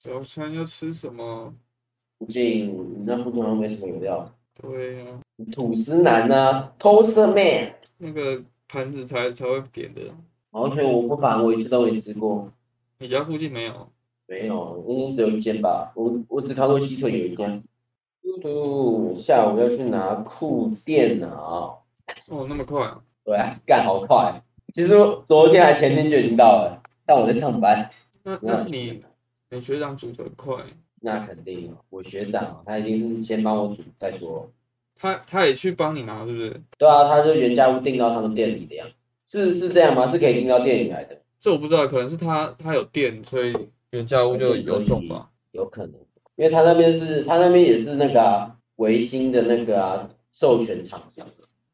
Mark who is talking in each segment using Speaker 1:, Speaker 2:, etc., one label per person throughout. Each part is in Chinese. Speaker 1: 早餐要吃什么？
Speaker 2: 附近那附近好像没什么饮料。
Speaker 1: 对呀、
Speaker 2: 吐司男呢？Toaster Man，
Speaker 1: 那个盘子才才会点的。
Speaker 2: 完全我不烦，我一次都没吃过。
Speaker 1: 你家附近没有？
Speaker 2: 没有，应该只有一间吧。我我只看过西屯有一间。嘟嘟，下午要去拿酷电脑。
Speaker 1: 哦，那么快、啊？
Speaker 2: 对啊，干好快。其实昨天还前天就已经到了，但我在上班。
Speaker 1: 那那是你你学长煮的快，
Speaker 2: 那肯定，啊我学长他一定是先帮我煮再说。
Speaker 1: 他他也去帮你拿，是不是？
Speaker 2: 对啊，他就原价屋订到他们店里的样子，是是这样吗？是可以订到店里来的，
Speaker 1: 这我不知道，可能是他他有电，所以原价屋就有送吧。
Speaker 2: 有可能，因为他那边是他那边也是那个啊，维新的那个啊授权厂商，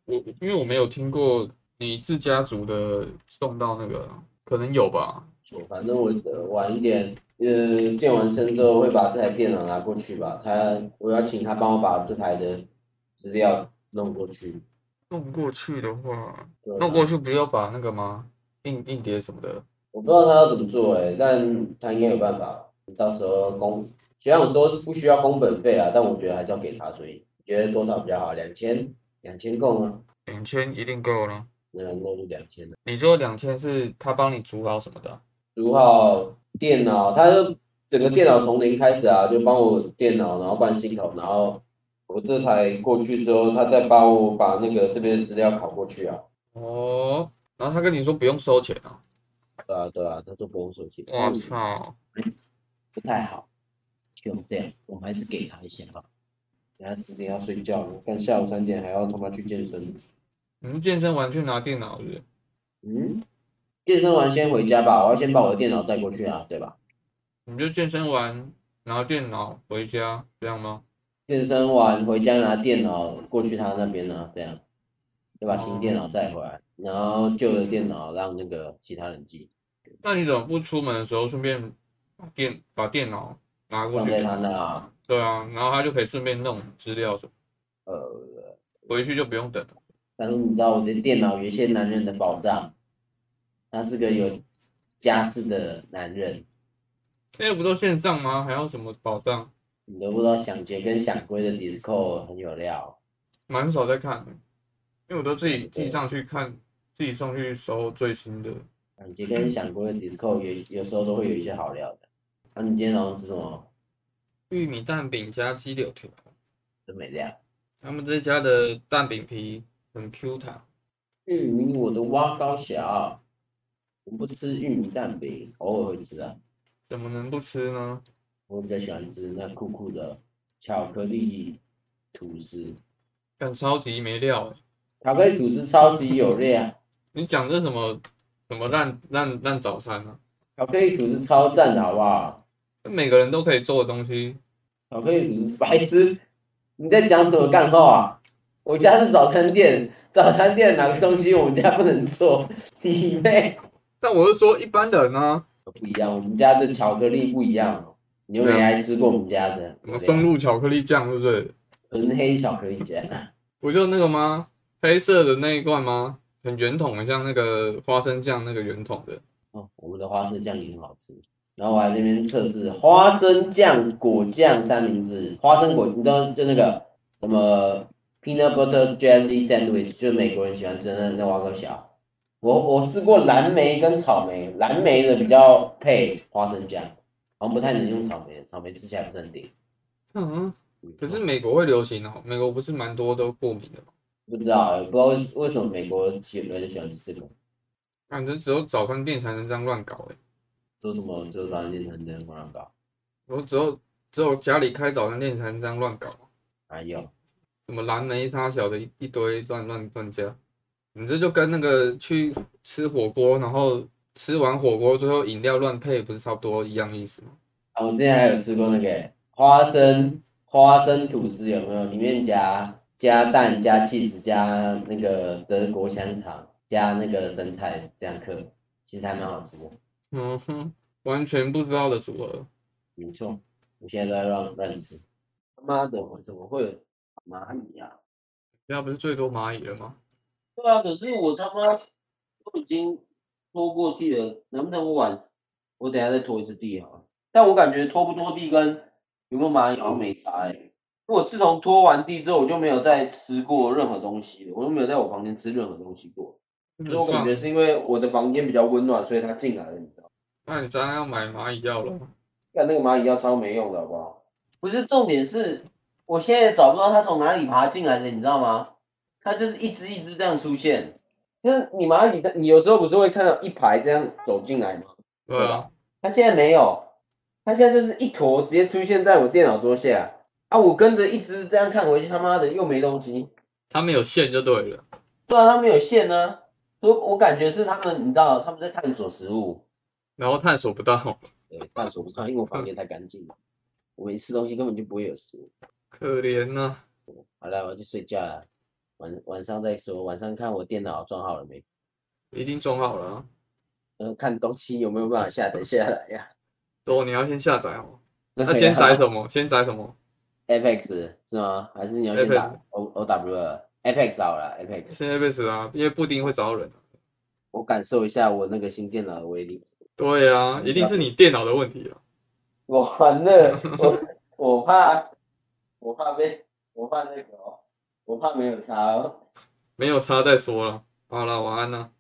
Speaker 1: 我因为我没有听过你自家煮的送到那个，可能有吧。
Speaker 2: 反正我呃晚一点，呃健完身之后会把这台电脑拿过去吧，他我要请他帮我把这台的资料弄过去。
Speaker 1: 弄过去的话，
Speaker 2: 对啊
Speaker 1: 弄过去不是要把那个吗？硬硬碟什么的，
Speaker 2: 我不知道他要怎么做哎、但他应该有办法。到时候工学长说是不需要工本费啊，但我觉得还是要给他，所以你觉得多少比较好？两千，两千够吗？
Speaker 1: 两千一定够了。
Speaker 2: 那那就两千了。
Speaker 1: 你说两千是他帮你煮好什么的啊？
Speaker 2: 如浩电脑，他就整个电脑从零开始啊，就帮我电脑，然后办系统，然后我这台过去之后，他再帮我把那个这边的资料拷过去啊。
Speaker 1: 哦，然后他跟你说不用收钱啊？
Speaker 2: 对啊对啊，他就不用手机。
Speaker 1: 我操！
Speaker 2: 不太好，就这样，我们还是给他一些吧。等下十点要睡觉了，但下午三点还要他妈去健身。
Speaker 1: 你们健身完去拿电脑是不是？
Speaker 2: 嗯，健身完先回家吧，我要先把我的电脑载过去啊，对吧？
Speaker 1: 你就健身完拿电脑回家这样吗？
Speaker 2: 健身完回家拿电脑过去他那边呢、这样，就把
Speaker 1: 哦
Speaker 2: 新电脑载回来，然后旧的电脑让那个其他人寄，
Speaker 1: 那你怎么不出门的时候顺便把电把电脑拿过
Speaker 2: 放
Speaker 1: 去
Speaker 2: 在
Speaker 1: 给
Speaker 2: 他
Speaker 1: 他？
Speaker 2: 那啊。
Speaker 1: 对啊，然后他就可以顺便弄资料什么，
Speaker 2: 呃，
Speaker 1: 回去就不用等了。
Speaker 2: 但是你知道我的电脑有一些男人的宝藏，他是个有家室的男人。
Speaker 1: 现在不都线上吗？还要什么保障？
Speaker 2: 你都不知道想杰跟想龟的 Discord 很有料，
Speaker 1: 蛮少在看的，因为我都自己自己上去看，自己上去搜最新的。
Speaker 2: 想杰跟想龟的 Discord 有有时候都会有一些好料的。那、你今天早上吃什么？
Speaker 1: 玉米蛋饼加鸡柳条，
Speaker 2: 真没料。
Speaker 1: 他们这家的蛋饼皮很 Q 弹。
Speaker 2: 玉米
Speaker 1: 嗯
Speaker 2: 我的蛙高小，我不吃玉米蛋饼，偶尔会吃啊。
Speaker 1: 怎么能不吃呢？
Speaker 2: 我比较喜欢吃那酷酷的巧克力吐司，
Speaker 1: 但超级没料欸、
Speaker 2: 巧克力吐司超级有料，
Speaker 1: 你讲这什么什么烂烂烂早餐啊？
Speaker 2: 巧克力吐司超赞的好不好？
Speaker 1: 这每个人都可以做的东西，
Speaker 2: 巧克力吐司白痴，你在讲什么干话、啊？我家是早餐店，早餐店哪个东西我们家不能做？你妹！
Speaker 1: 但我是说一般人啊，
Speaker 2: 不一样，我们家的巧克力不一样，你又没来吃过我们家的
Speaker 1: 什么松露巧克力酱，对不对？
Speaker 2: 纯黑巧克力酱，
Speaker 1: 不就那个吗？黑色的那一罐吗？很圆筒的，像那个花生酱那个圆筒的。
Speaker 2: 哦，我们的花生酱也很好吃。然后我还在那边测试花生酱果酱三明治，花生果，你知道就那个什么 peanut butter jelly sandwich，就是美国人喜欢吃的那那挖个小。我我试过蓝莓跟草莓，蓝莓的比较配花生酱，好像不太能用草莓，草莓吃起来不是很顶。
Speaker 1: 嗯，
Speaker 2: 嗯
Speaker 1: 可是美国会流行哦，美国不是蛮多都过敏的吗？
Speaker 2: 不知道欸，不知道为为什么美国喜人喜欢吃这个，
Speaker 1: 感觉只有早餐店才能这样乱搞哎、
Speaker 2: 说什么这软件很能乱搞，
Speaker 1: 我只有只有家里开早餐店才能这样乱搞，
Speaker 2: 还有
Speaker 1: 什么蓝莓沙小的一一堆乱乱乱加。你这就跟那个去吃火锅，然后吃完火锅最后饮料乱配，不是差不多一样意思吗？
Speaker 2: 啊，我之前还有吃过那个欸花生花生吐司，有没有？里面夹加蛋、加 cheese、加那个德国香肠、加那个生菜，这样嗑，其实还蛮好吃的。
Speaker 1: 嗯哼，完全不知道的组合。
Speaker 2: 没错，我现在都在乱乱吃。他妈的，我怎么会有蚂蚁啊？
Speaker 1: 家不是最多蚂蚁了吗？
Speaker 2: 对啊，可是我他妈都已经拖过去了，能不能我晚我等一下再拖一次地好了？但我感觉拖不拖地跟有没有蚂蚁好像没差哎、欸。因为我自从拖完地之后，我就没有再吃过任何东西了，我就没有在我房间吃任何东西过。所以我感觉是因为我的房间比较温暖，所以它进来了，你知道吗？
Speaker 1: 那你当然要买蚂蚁药了。
Speaker 2: 但那个蚂蚁药超没用的，好不好？不是，重点是我现在找不到它从哪里爬进来的，你知道吗？它就是一只一只这样出现。就是你蚂蚁的，你有时候不是会看到一排这样走进来吗？
Speaker 1: 对啊，
Speaker 2: 它现在没有，它现在就是一坨直接出现在我电脑桌下啊！我跟着一直这样看回去，他妈的又没东西。
Speaker 1: 他们有线就对了。
Speaker 2: 对啊，它没有线呢、啊，所以我感觉是他们，你知道，他们在探索食物，
Speaker 1: 然后探索不到，
Speaker 2: 对，探索不到，因为我房间太干净了，我每次吃东西根本就不会有食物。
Speaker 1: 可怜呐、
Speaker 2: 好了，我要去睡觉了，晚晚上再说，晚上看我电脑装好了没，
Speaker 1: 一定装好了、啊。
Speaker 2: 呃，看东西有没有办法下载下来呀、
Speaker 1: 多，啊你要先下载哦。
Speaker 2: 那
Speaker 1: 那先载什么？先载什么？
Speaker 2: Apex 是吗？还是你要先打
Speaker 1: Apex
Speaker 2: O O W 了 Apex 好了，Apex。
Speaker 1: 先 Apex 啊，因为布丁会找人。
Speaker 2: 我感受一下我那个新电脑的威力。
Speaker 1: 对啊，一定是你电脑的问题啊。
Speaker 2: 我完了， 我我怕，我怕被，我怕那个、哦，我怕没有差哦。
Speaker 1: 没有差再说了。好了，晚安啦、